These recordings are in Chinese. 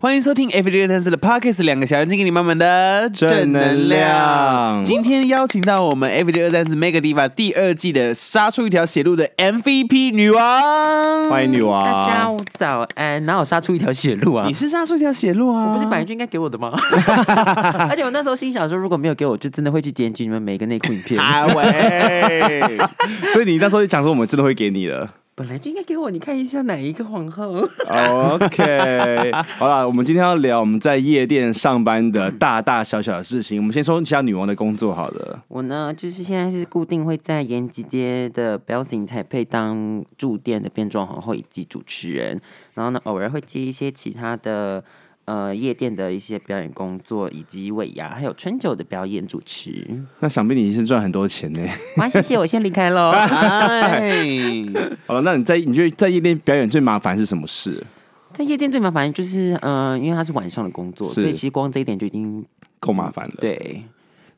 欢迎收听 FJ 三四的 Pockets 两个小眼睛给你满满的正能量今天邀请到我们 FJ 二三四 Mega Diva 第二季的杀出一条血路的 MVP 女王，欢迎啊女王，大家早安，哪有杀出一条血路啊？你是杀出一条血路啊！不是本来就应该给我的 吗？而且我那时候心想说，如果没有给我，就真的会去检举你们每个内裤影 片。啊喂， 所以你那时候就讲说我们真的会给你的。本来就应该给我，你看一下哪一个皇后？ OK，好了，我们今天要聊我们在夜店上班的大大小小的事情。我们先说一下女王的工作好了。 我呢，就是现在是固定会在延吉街的 Belsing 台配当驻店的变装皇后以及主持人，然后呢，偶尔会接一些其他的。呃，夜店的一些表演工作，以及尾牙，还有春酒的表演主持。 那想必你是赚很多钱呢。 哇，谢谢，我先离开喽。哎，好了，那你在你觉得在夜店表演最麻烦是什么事？在夜店最麻烦就是，嗯、因为它是晚上的工作，是所以其实光这一点就已经够麻烦了。，呃对。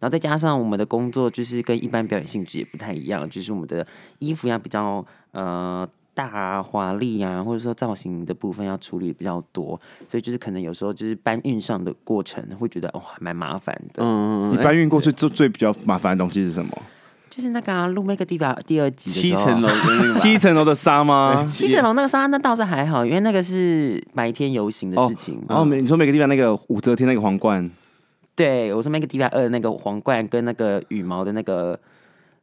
然后再加上我们的工作就是跟一般表演性质也不太一样，就是我们的衣服要比较呃大啊、华丽啊，或者说造型的部分要处理比较多，所以就是可能有时候就是搬运上的过程会觉得哇、蛮麻烦的。嗯你搬运过去最最比较麻烦的东西是什么？就是那个、啊、录那个地方第二集的七时候啊层楼的那个七层楼的沙吗？七层楼那个沙那倒是还好，因为那个是白天游行哦的事情。哎然后哦嗯每你说每个地方那个武则天那个皇冠， 对，我是 Make Diva 二的那个皇冠跟那个羽毛的那个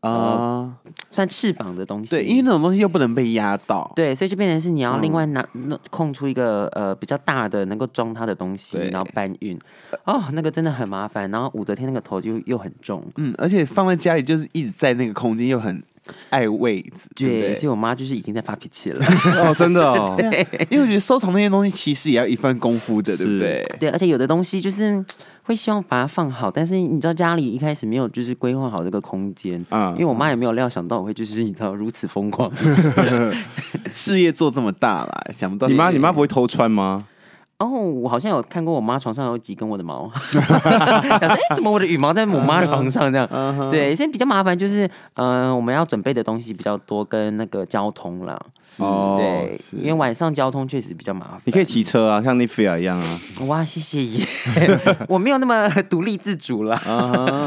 啊，算翅膀的东西。对，因为那嗯种东西又不能被压到，对，所以就变成是你要另外拿、那空出一个呃比较大的能够装它的东西对，然后搬运。哦，那个真的很麻烦。然后武则天那个头就又很重。嗯，而且放在家里就是一直在那个空间又很碍位子，对对，不所以我妈就是已经在发脾气了。 哦，真的哦， 对？因为我觉得收藏那些东西其实也要一番功夫的，对不是对？对，而且有的东西就是会希望把它放好，但是你知道家里一开始没有就是规划好这个空间，嗯因为我妈也没有料想到我会就是你知道如此疯狂。事业做这么大啦，想不到你妈事业你妈不会偷穿吗？哦，我好像有看过我妈床上有几根我的毛， 想说哎、怎么我的羽毛在我妈床上这样？嗯对，现在比较麻烦就是，嗯、我们要准备的东西比较多，跟那个交通啦，嗯哦对，因为晚上交通确实比较麻你烦。可以骑车啊，像 n i f i a 一样啊。哇，谢谢爷， 我没有那么 独立自主了。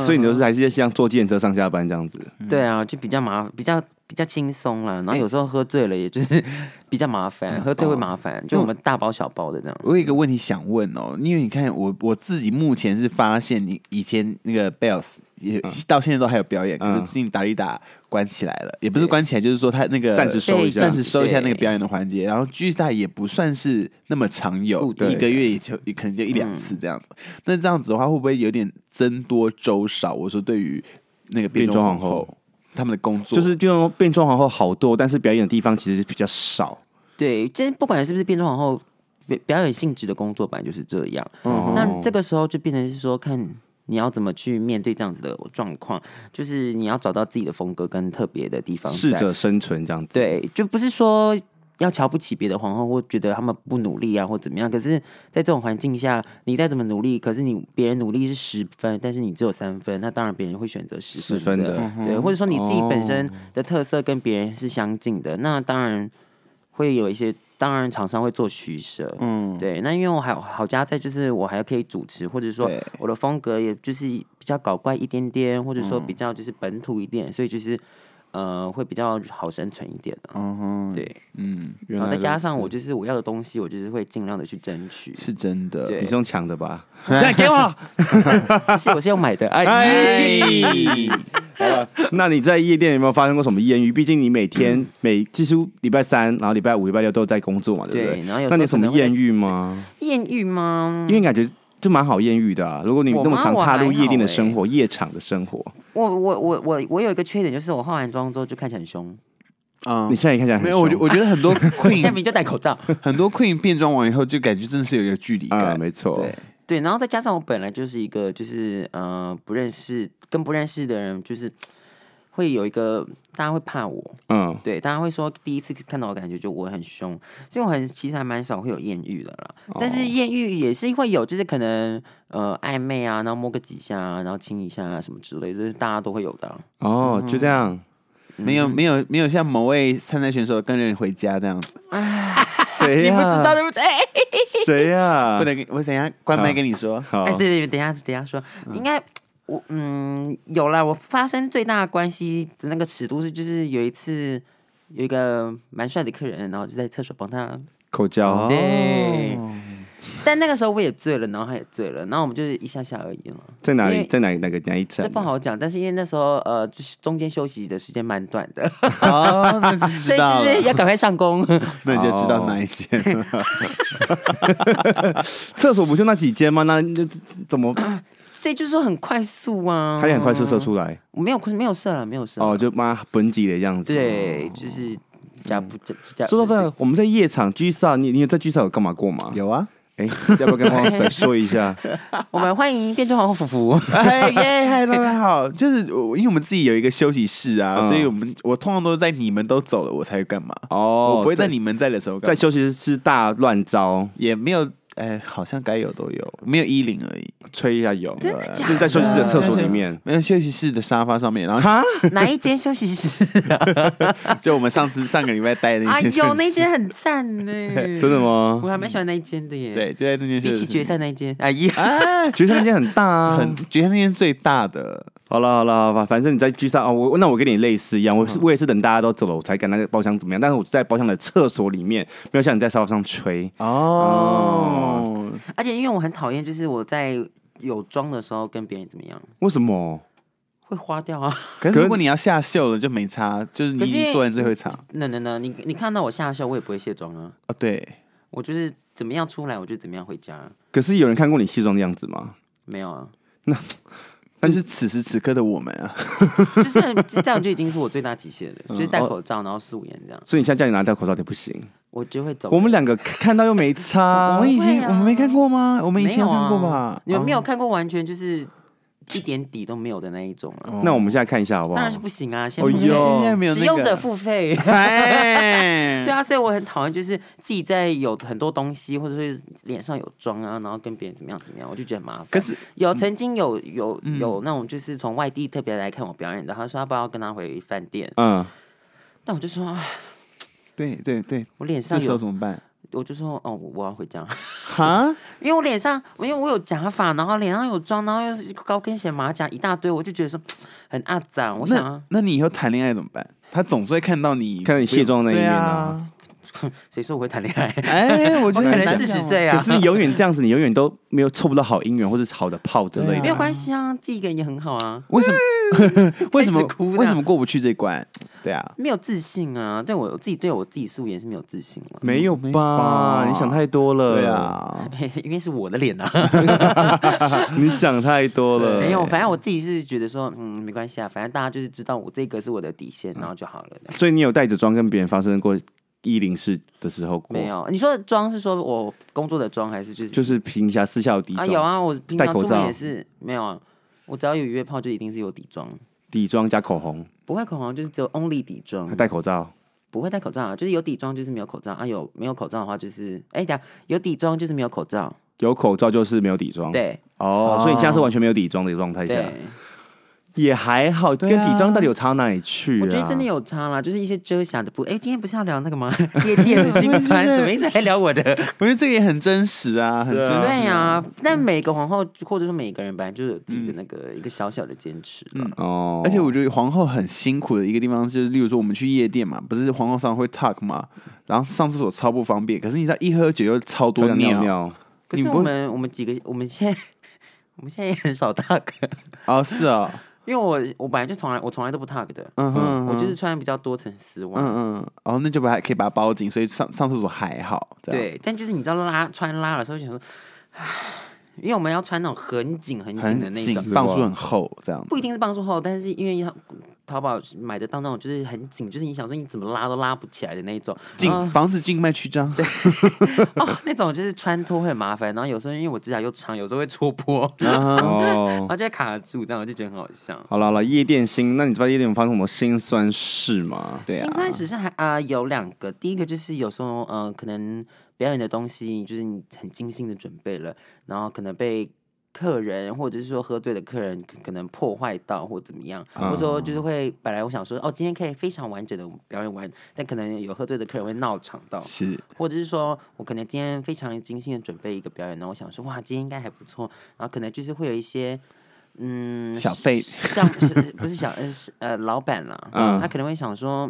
所以你都是还是像坐电车上下班这样子。对啊，就比较麻，比较比较轻松啦。然后有时候喝醉了，也就是比较麻嗯烦，喝醉哦会麻烦，就我们大包小包的这样。我有一个问题想问哦，因为你看我我自己目前是发现你以前那个 Bells 也、到现在都还有表演，可是嗯最近打一打关起来了，也不是关起来，就是说他那个暂时收一下暂时收一下那个对表演的环节，然后巨大也不算是那么常有固，定一个月也就可能就一两次这样子。嗯那这样子的话，会不会有点增多粥少？我说对于那个变变装装皇皇后后他们的工作，就是变装变装皇后好多，但是表演的地方其实比较少。对，今天不管是不是变装皇后，表表演性质的工作本来就是这样。哦那这个时候就变成是说，看你要怎么去面对这样子的状况，就是你要找到自己的风格跟特别的地方在。适者生存这样子。对，就不是说要瞧不起别的皇后，或觉得他们不努力啊，或怎么样。可是，在这种环境下，你再怎么努力，可是你别人努力是十分，但是你只有三分，那当然别人会选择十10分的，的对，或者说你自己本身的特色跟别人是相近的，那当然会有一些。当然，厂商会做取舍，嗯，对。那因为我还好加在，就是我还可以主持，或者说对我的风格也就是比较搞怪一点点，或者说比较就是本土一点，所以就是呃会比较好生存一点的、嗯哼，对，嗯原然来后再加上如我就是我要的东西，我就是会尽量的去 争取，是真的，此，对你是用抢的吧？来给我，是我是要买的，哎，哎， 那你在夜店有没有发生过什么艳遇？毕竟你每嗯天每几乎礼拜三，然后礼拜五、礼拜六都在工作嘛，对不对对？然后有时那候你有什么可能会在艳遇吗？艳遇吗因？为感觉就蛮好艳遇的啊。如果你我那么妈常我踏入还夜店的好欸生活、夜场的生活，我我我我我有一个缺点，就是我化完妆之后就看起来很凶，嗯你。现在也看起来很没有，我觉凶我觉得 很多现 queen 在明明就戴口罩，很多 Queen 变装完以后，就感觉真的是有一个距离啊，感。没错对。对，然后再加上我本来就是一个就是呃不认识跟不认识的人，就是会有一个大家会怕我，嗯，对，大家会说第一次看到我，感觉就我很凶，所以我很其实还蛮少会有艳遇的啦。但是艳遇也是会有，就是可能呃暧昧啊，然后摸个几下啊，然后亲一下啊什么之类，就是大家都会有的啊、哦，就这样。 没有没有没有像某位参赛选手跟人回家这样子，谁你呀？不知道对不对？谁啊呀不？能跟，我等一下关麦跟你说。好哎，，对对，对等一下等一下说，应该我嗯有啦，我发生最大的关系的那个尺度是，就是有一次有一个蛮帅的客人，然后就在厕所帮他口交，哦对。但那个时候我也醉了，然后他也醉了，然后我们就是一下下而已了，在哪因里？为在哪哪个哪一站这？不好讲。但是因为那时候呃，就是中间休息的时间蛮短 的， 哦，那就 所知以道就了是，要赶快上工。 那你就知道是哪一间了。厕所不就那几间吗？那那怎 么所以就是说很快速啊，他也很快就射出来？没有没有射了，没有射。哦，，就妈本级的样子。对，就是加不加加。说到这个，我们在夜场居上，你你有在居上有干嘛过吗？有啊，哎，要不要跟汪水说一下？我们欢迎店中皇后福福。 哎耶，嗨，大家好，就是我，因为我们自己有一个休息室啊，嗯所以我们我通常都是在你们都走了我才会干嘛，哦，我不会在你们在的时候干在嘛，休息室大乱招，也没有，哎，好像该有都有，没有衣领而已，吹一下油，真的假就的是在休息室的厕所里面。没有休息室的沙发上面，然后哪一间休息室？ 就我们上次上个礼拜待的那哎间休呦，那息室，间很赞呢，真的我吗？还蛮喜欢那一间的 耶。，对，就在那间休比息起决室，赛那一间，哎呀，啊，觉得那间很大啊，很觉得那间最大的，好了好了好吧，反正你在居上哦，我那我跟你类似一样，我是嗯我也是等大家都走了，我才敢那个包厢怎么样，但是我是在包厢的厕所里面，没有像你在沙发上吹。哦，而且因为我很讨厌，就是我在有妆的时候跟别人怎么样，为什么？会花掉啊。 可是如果你要下秀了就没差，就是你可已是经做完最后一场啊那那那，你你看到我下秀，我也不会卸妆啊，，哦对，我就是怎么样出来，我就怎么样回家。啊可是有人看过你西装的样子吗？没有啊，但是此时此刻的我们啊，就是这样就已经是我最大极限了，就是戴口罩，然后素颜这样，所以你现在叫你拿掉口罩，你不行。我就会走。我们两个看到又没差，我们以会前啊哦我们没看过吗？我们以前有看过没有吧哦啊？你们没有看过完全就是一点底都没有的那一种啊？那我们现在看一下好不好当然？是不行啊，先哦付费哟现在哦没有那使个用者付费。 哎，对啊，所以我很讨厌，就是自己在有很多东西，或者是脸上有妆啊，然后跟别人怎么样怎么样，我就觉得很麻烦。可是嗯有曾经有有有那种就是从外地特别来看我表演的，他说他不要跟他回饭店，嗯，但我就说，啊对对对，我脸这上时候有怎，么办？我就说哦，我我要回家，哈，因为我脸上，因为我有假发，然后脸上有妆，然后又是高跟鞋、马甲一大堆，我就觉得说很阿脏，我想那啊那你以后谈恋爱怎么办？他总是会看到你看到你卸妆那一对面啊。啊。谁说我会谈恋爱？哎，我觉我得可很难能讲四十，岁啊可，是永远这样子，你永远都没有凑不到好姻缘或者是好的炮之类对啊没的。有关系啊，自己一个人也很好啊，为什么？为什么开始哭？呢为什么过不去这关？对啊，没有自信啊，对我我自己对我自己素颜是没有自信了。 没有吧？你想太多了。对，啊，因为是我的脸啊，你想太多了。没有，反正我自己是觉得说，嗯，没关系啊，反正大家就是知道我这个是我的底嗯线，然后就好了。所以你有带着妆跟别人发生过一零事的时候过？没，有，你说的妆是说我工作的妆还是就是哦就是平下私下有底啊妆，有啊，我平戴常口出罩门也是没有啊，我只要有约炮就一定是有底妆，底妆加口红，不会口红就是只有 only 底妆还，戴口罩。不会戴口罩啊，就是有底妆就是没有口罩啊，有没有口罩的话就是哎等一下有底妆就是没有口罩，哦有口罩就是没有底妆，对哦，所以你现在是完全没有底妆的状态下，啊对，也还好，跟对啊底妆到底有差哪里去啊？我觉得真的有差啦，就是一些遮瑕的部哎，今天不是要聊那个吗？夜店的心酸，怎么一直在聊我的？我觉得这个也很真实啊，嗯很对真啊实。对呀、但每个皇后或者说每个人本来就有自己的那个一个小小的坚持啊吧。嗯哦，而且我觉得皇后很辛苦的一个地方，就是例如说我们去夜店嘛，不是皇后上会 talk 嘛，然后上厕所超不方便，可是你知道一喝酒又超多多尿尿尿，可你是不我们我们几个我们现在 我们现在也很少 tag，哦，是哦，因为我我本来就从来我从来都不 tag 的，嗯哼，嗯哼我就是穿比较多层丝袜。嗯嗯，哦，那就把它可以把它包紧，所以上上厕所还好，这样对，但就是你知道拉穿拉的时候就想说，唉，因为我们要穿那种很紧很紧的很那个，紧，磅数很厚，这样不一定是磅数厚，但是因为要淘宝买得到那种就是很紧，就是你想说你怎么拉都拉不起来的那一种，静然后防止静脉曲张，哦，那种就是穿脱会很麻烦，然后有时候因为我指甲又长，有时候会戳破， 哦然，后就会卡住，这样我就觉得很好笑。好了好了，夜店心，那你知道夜店有发生什么心酸事吗？对新啊，开始是还啊、有两个，第一个就是有时候呃可能表演的东西就是你很精心的准备了，然后可能被客人，或者是说喝醉的客人可可能破坏到或怎么样，嗯或者说就是会本来我想说哦，今天可以非常完整的表演完，但可能有喝醉的客人会闹场到，是或者是说我可能今天非常精心的准备一个表演，然后我想说哇，今天应该还不错，然后可能就是会有一些。嗯，小费像不是 不是小呃是呃老板啦，他可能会想说，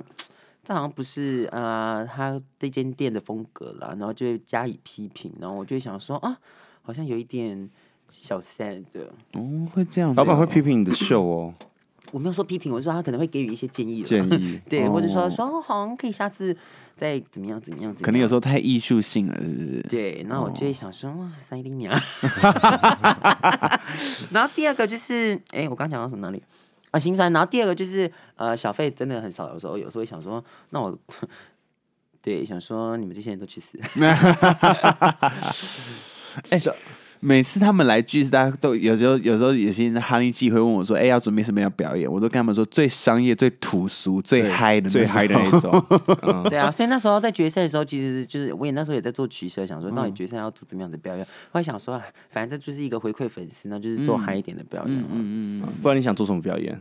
这好像不是呃他这间店的风格啦，然后就会加以批评，然后我就会想说啊，好像有一点小 sad 的，哦，会这样子哦，老板会批评你的秀哦，我没有说批评，我是说他可能会给予一些建议啦，建议对，或者说说哦好像可以下次再怎么样怎么样，怎么样可能有时候太艺术性了，是不是？对，那我就会想说，哇，塞琳娘。啊 然后第二个就是，哎、我刚讲到什么哪里？啊，心酸。然后第二个就是，呃，小费真的很少，有时候有时候会想说，那我， 对，想说你们这些人都去死。哎，每次他们来聚，大家都有时候有时候有些人哈林记会问我说：“哎、要准备什么样的表演？”我都跟他们说最商业、最土俗、最嗨的那 最嗨的种那 种， 对啊，所以那时候在决赛的时候，其实就是我也那时候也在做取舍，想说到底决赛要做怎么样的表演。后来想说，啊，反正这就是一个回馈粉丝，那就是做嗨一点的表演。嗯不然你想做什么表演？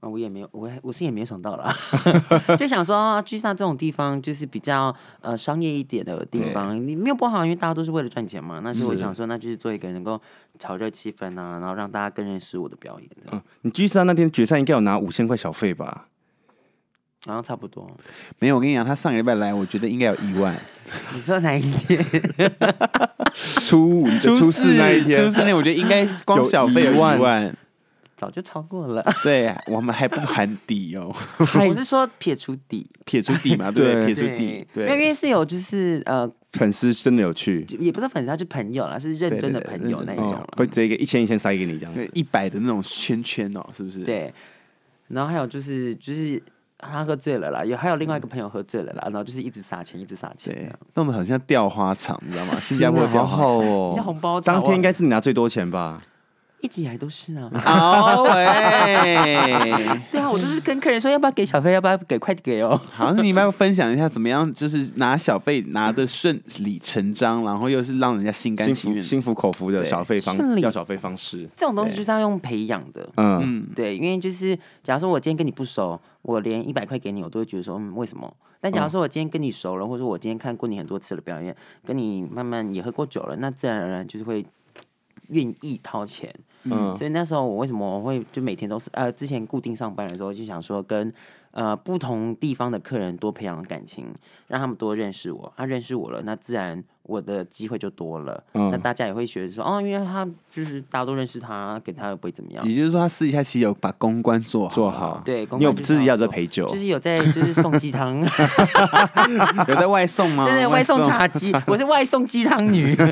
啊，我也没有，我还我是也没有想到啦， 就想说居上这种地方就是比较呃商业一点的地方，你没有不好，因为大家都是为了赚钱嘛。那时候我想说，那就是做一个能够炒热气氛啊，然后让大家更认识我的表演的，你 G 三那天决赛应该有拿五千块小费吧？好像差不多。没有，我跟你讲，他上个礼拜来，我觉得应该有一万。你说哪一天？ 初五、初四那一初天，四那天我觉得应该光小费有有一一万万。 早就超过 了。对我们还不含底哦， 我是说撇除底，撇除底嘛，对不对？对撇除底，对，因为对，因为是有就是呃，粉丝真的有去，就也不是粉丝，他是朋友啦，是认真的朋友那一嗯种了。会直接给一千一千塞给你这样子。一百的那种圈圈哦，是不是？，对，然后还有就是就是他喝醉了啦，有还有另外一个朋友喝醉了啦，然后就是一直撒钱，一直撒钱这对样。，弄得很像吊花场，你知道 吗？新加坡的好吊花好场。你像哦，红包当茶天应哇该是你拿最多钱吧？一直以来都是啊。 哦好喂，对啊，我就是跟客人说要不要给小费，要不要给，快给哦。好，那你要不要分享一下怎么样？就是拿小费拿的顺理成章，然后又是让人家心甘心情服愿。心服口服的小费顺方利要小费方式，这种东西就是要用培养的。嗯，对，因为就是假如说我今天跟你不熟，我连一百块给你，我都会觉得说，嗯，为什么？但假如说我今天跟你熟了，或者说我今天看过你很多次的表演，跟你慢慢也喝过酒了，那自然而然就是会愿意掏钱。嗯所以那时候我为什么我会就每天都是呃，之前固定上班的时候就想说跟呃不同地方的客人多培养感情，让他们多认识我。他、啊认识我了，那自然我的机会就多了。那大家也会觉得说哦，因为他就是大家都认识他，给他又不会怎么样。也就是说，他私底下其实有把公关做好，做好。对，公你有关自己要要做在陪酒就，是有在就是送 鸡汤，有在外送吗？ 对啊对，外送茶鸡，我是外送鸡汤 女。对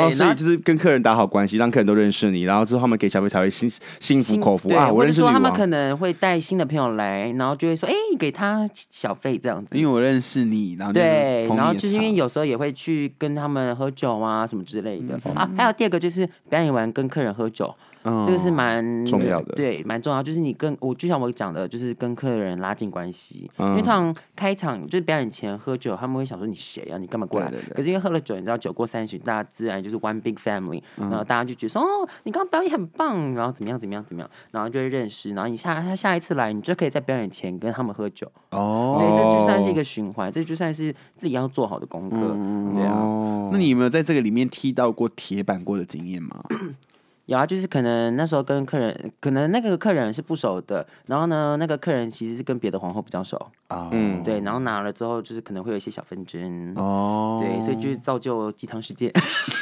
哦，，所然后以就是跟客人打好关系，让客人都认识你，然后之后他们给小费才会心心服新口服对啊。我或者认识女说他们王可，能会带新的朋友来，然后就会说，哎、给他小费这样子。因为我认识你，然后就是对，捧你然后的就是因场为有时候也会去跟他们喝酒啊什么之类嗯的、啊。还有第二个就是表演完跟客人喝酒，这个是蛮重要的对，蛮重要。就是你跟我就像我讲的，就是跟客人拉近关系，嗯因为通常开场就是表演前喝酒，他们会想说你谁啊，你干嘛过来？对对对可是因为喝了酒，你知道酒过三巡，大家自然就是 one big family，、然嗯后大家就觉得说哦，你刚刚表演很棒，然后怎么样怎么样怎么样，然后就会认识，然后你下他下一次来，你就可以在表演前跟他们喝酒。哦。对，这就算是哦一个循环，这就算是自己要做好的功课。对啊，哦，那你有没有在这个里面踢到过铁板过的经验吗？ 有啊，就是可能那时候跟客人，可能那个客人是不熟的，然后呢，那个客人其实是跟别的皇后比较熟，啊，嗯，对，然后拿了之后就是可能会有一些小纷争，哦，对，所以就是造就鸡汤事件。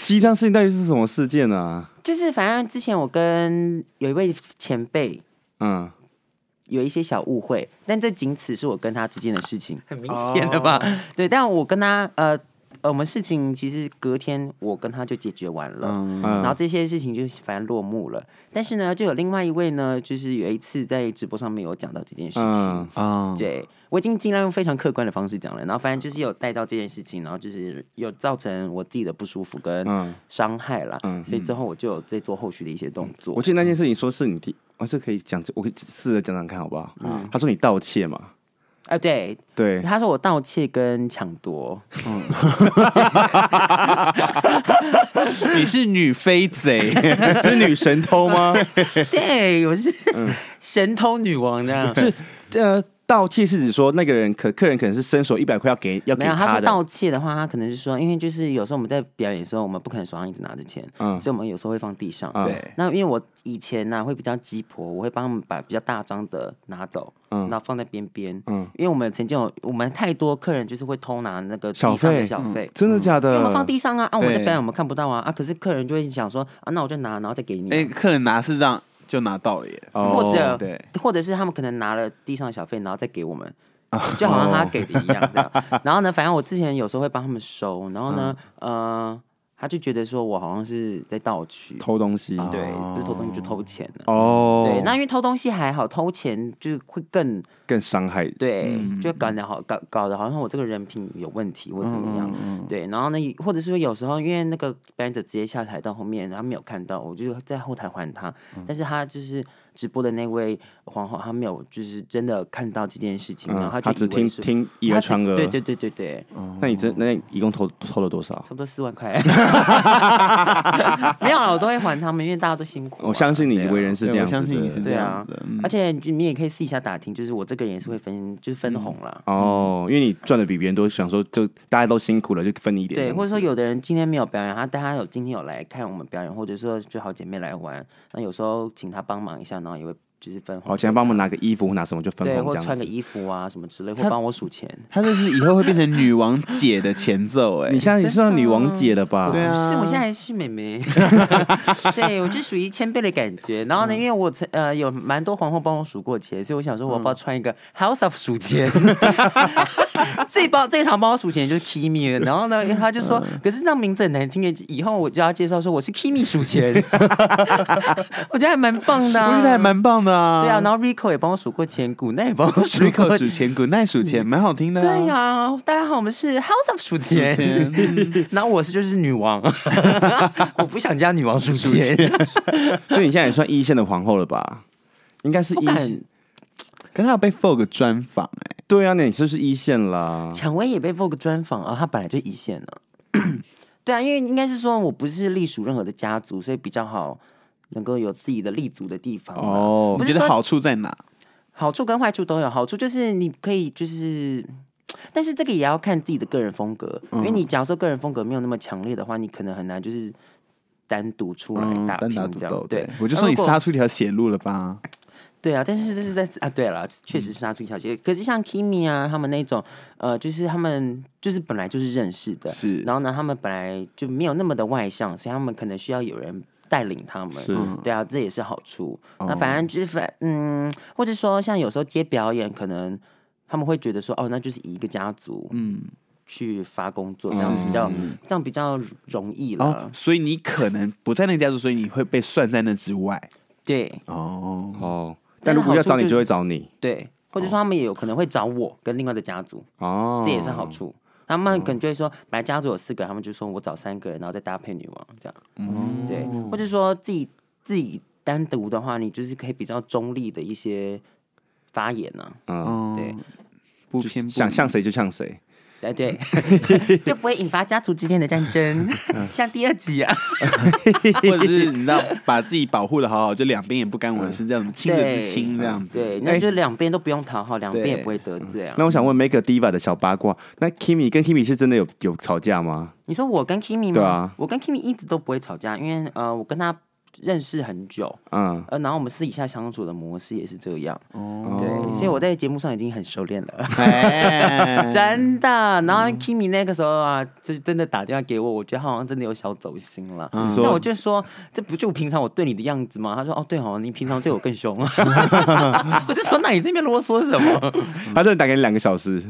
鸡汤事件到底是什么事件呢？就是反正之前我跟有一位前辈嗯，有一些小误会，但这仅此是我跟他之间的事情，很明显了吧？对，但我跟他呃。呃，我们事情其实隔天我跟他就解决完了，嗯然后这些事情就反正落幕了。但是呢，就有另外一位呢，就是有一次在直播上面有讲到这件事情，嗯啊，对我已经尽量用非常客观的方式讲了，然后反正就是有带到这件事情，然后就是有造成我自己的不舒服跟嗯嗯伤害啦，所以之后我就有在做后续的一些动作我。记得哦嗯那件事情说是你第，我、这可以讲，我可以试着讲讲看好不好？他说你盗窃嘛，啊，对，对，他说我盗窃跟抢夺，你是女飞 贼，是女神偷 吗？对我是嗯神偷女王这 样。是呃，盗窃是指说那个人可客人可能是伸手一百块要给要给没有，他说的，盗窃的话，他可能是说，因为就是有时候我们在表演的时候，我们不可能手上一直拿着钱，嗯所以我们有时候会放地上。嗯对那因为我以前呢、会比较鸡婆，我会帮他们把比较大张的拿走，嗯然后放在边边。嗯因为我们曾经有我们太多客人就是会偷拿那个小地上费嗯的小费，真的假因为我的？们放地上啊，啊我们在对表演我们看不到啊啊，可是客人就会想说啊，那我就拿，然后再给你啊、哎，客人拿是这样就拿到了耶。哦或者对或者是他们可能拿了地上的小费，然后再给我们，哦就好像他给的一样 这样。然后呢，反正我之前有时候会帮他们收，然后呢，嗯呃，他就觉得说我好像是在盗取，偷东西，对，不是偷东西就偷钱了。哦，对，那因为偷东西还好，偷钱就是会更更伤害。对，嗯就搞得好搞搞得好像我这个人品有问题或怎么样，嗯对。然后呢，或者是说有时候因为那个表演者直接下台到后面，他没有看到，我就在后台还他，嗯但是他就是直播的那位皇后，他没有就是真的看到这件事情，然后嗯，就他只以为听是听以他讹只传讹。对哦对对对对，差那你真那你一共偷偷了多少？不多四万块，没有了，我都会还他们，因为大家都辛苦啊、我相信你为人是这对样我子的，相信你是这对啊样的，嗯而且你也可以私底下打听，就是我这个人也是会分，就是分红啦。嗯哦，因为你赚的比别人多，想说就大家都辛苦了，就分你一点这对，样子。或者说有的人今天没有表演，他但他有今天有来看我们表演，或者说就好姐妹来玩，那有时候请他帮忙一下，然后也会就是分红，好，请他帮我们拿个衣服或拿什么就哦分对，红或这样穿个子。衣服啊什么之类，他或帮我数钱。她这是以后会变成女王姐的前奏哎你。现在你是要女王姐了吧？对啊是我现在还是妹 妹，对我就属于谦卑的感觉。然后呢，因为我曾呃有蛮多皇后帮我数过钱，所以我想说我要不要穿一个 House of 数钱。 这一包这一场帮我数钱就是 Kimi，然后呢他就说，可是这样名字很难听耶，以后我就要介绍说我是 Kimi 数钱。 我觉得还蛮棒的、啊，我觉得还蛮棒的啊。对啊。然后 Rico 也帮我数过钱，古奈也帮我 数 过 Rico 数钱，Good 啊 night 数钱，蛮好听的。对啊，大家好，我们是 House of 数钱，然后我是就是女王， 我不想加女王数钱， 所以你现在也算一线的皇后了吧？应该是不一敢线，可是他有被 Vogue 专访哎，对啊，那你是不是一线啦？蔷薇也被 Vogue 专访啊，她本来就一线了。对啊，因为应该是说我不是隶属任何的家族，所以比较好能够有自己的立足的地方。哦，哦我，觉得好处在哪？好处跟坏处都有，好处就是你可以就是。但是这个也要看自己的个人风格，因嗯为你假如说个人风格没有那么强烈的话，你可能很难就是单独出来嗯打，单拼打独这样。斗。对，我就那说你如果杀出一条血路了吧？对啊，但是这是在啊，对了，确实是杀出一条街。可是像 Kimi 啊，他们那种，呃，就是他们就是本来就是认识的，是然后呢，他们本来就没有那么的外向，所以他们可能需要有人带领他们。是对啊，这也是好处。那反正就是反嗯，或者说像有时候接表演，可能他们会觉得说，哦，那就是以一个家族，嗯。去发工作，这样比较，这样比较容易了。哦，所以你可能不在那个家族，所以你会被算在那之外。对哦，哦，但但如是果要找你，好处就是就会找你对，或者说他们也有可能会找我跟另外的家族。哦，这也是嗯好处。他们可能就会说，本来家族有四个，他们就说我找三个人，然后再搭配女王这样。嗯对，或者说自己自己单独的话，你就是可以比较中立的一些发言呢、嗯，对，哦不就是偏不想倚像谁就像谁。哎对，就不会引发家族之间的战争，像第二集啊，或者是你知道把自己保护的好好，就两边也不干我的事，这样什么 亲的自亲这样子。哎对，那就两边都不用讨好，两边也对嗯不会得罪啊那。我想问 Make a Diva 的小八卦，那 Kimi 跟 Kimi 是真的有有吵架吗？你说我跟 Kimi 吗？对啊我跟 Kimi 一直都不会吵架，因为呃，我跟他认识很久，嗯，呃，然后我们私底下相处的模式也是这样。哦，对，所以我在节目上已经很熟练哦了， 哎，真的。嗯然后 Kimi 那个时候啊，就真的打电话给我，我觉得他好像真的有小走心了。你那我嗯说就说，这不就平常我对你的样子吗？他说，哦，对哦，你平常对我更 凶。 我就说，那你这边啰嗦什么？ 他真的打给你两个小时，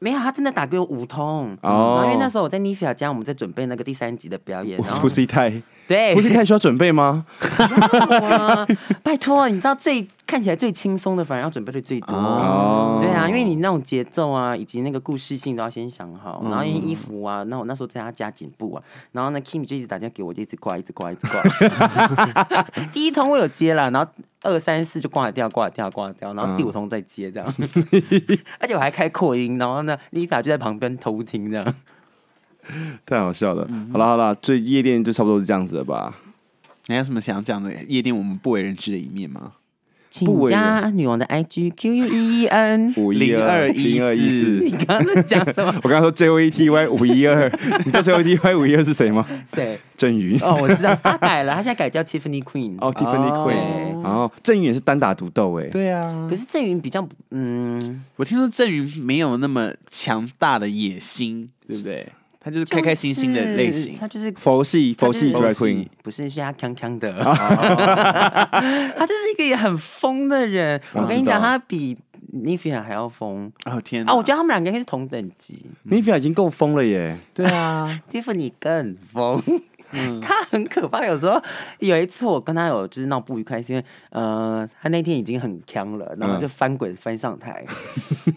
没有，他真的打给我五通。哦哦，嗯 因为那时候我在 Nivea 家，我们在准备那个第三集的表演，然后不是太对不是太需要准备吗？ 吗？哇， 拜托，你知道最看起来最轻松的，反而要准备的最多。哦对啊，因为你那种节奏啊，以及那个故事性都要先想好，然后因为衣服啊，那我那时候在他家剪布啊，然后呢，Kim 就一直打电话给我，就一直挂，一直挂，一直挂。 第一通我有接啦，然后二三四就挂掉，挂掉，挂掉，然嗯后第五通再接这样， 而且我还开扩音，然后呢，Lisa 就在旁边偷听这样。太好笑了。嗯好了好了，所以夜店就差不多是这样子了吧？你还有什么想讲的夜店我们不为人知的一面吗？不请为人加女王的 IG Q U E E N。 五一二0214零二一四你。刚刚在讲什 么？我刚刚说 J O E T Y 五一二， 你知道 J O E T Y 五一二是谁吗？谁？郑云 哦，我知道，他改了，他现在改叫 Tiffany Queen。哦，Tiffany 对 Queen，然后郑云也是单打独斗哎，对啊可，是郑云比较不，嗯，我听说郑云没有那么强大的野心，对不对？他就是开开心心的类型就是。他就是佛系佛系他就 Drag 是 Queen，啊不是，是他康康的， 他就是一个很疯的人。我跟你讲，他比 Nivea 还要疯哦天啊！我觉得得他们两个应该是同等级尼菲亚已经够疯了耶，对啊， ，Tiffany 更疯。嗯他很可怕，有时候有一次我跟他有就是闹不愉快，是因为呃，他那天已经很强了，然后就翻滚翻 上台，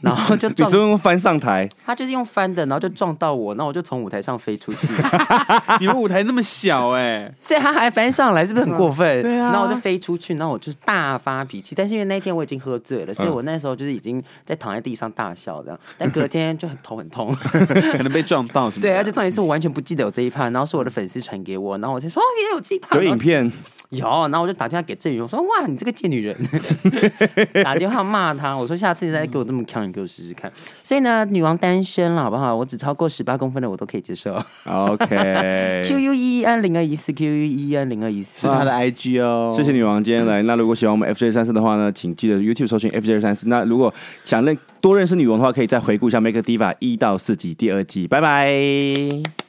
然后就嗯你撞最后翻上台，他就是用翻的，然后就撞到我，那我就从舞台上飞出 去， 你们舞台那么小哎，所以他还翻上来，是不是很过分？对啊然后我就飞出去，然后我就是大发脾气，但是因为那一天我已经喝醉了，所以我那时候就是已经在躺在地上大 笑这样，但隔天就很头很痛。可能被撞到什么的？对，而且重点是我完全不记得有这一趴，然后是我的粉丝传给我，然后我就说哦，原来有这一趴，有然后影片，有，然后我就打电话给郑宇，我说哇，你这个 贱女人，打电话骂她，我说下次你再给我这么强，你给我试试看。所以呢，女王单身了，好不好？我只超过十八公分的我都可以接受。Q OK。 U E E N 零二一四 Q U E E N 零二一四是。他的 IG 哦。谢谢女王今天来。那如果喜欢我们 FJ 三四的话呢，请记得 YouTube 搜寻 FJ 三四。那如果想认多认识女王的话，可以再回顾一下《Make a Diva》一到四集第二季。拜拜。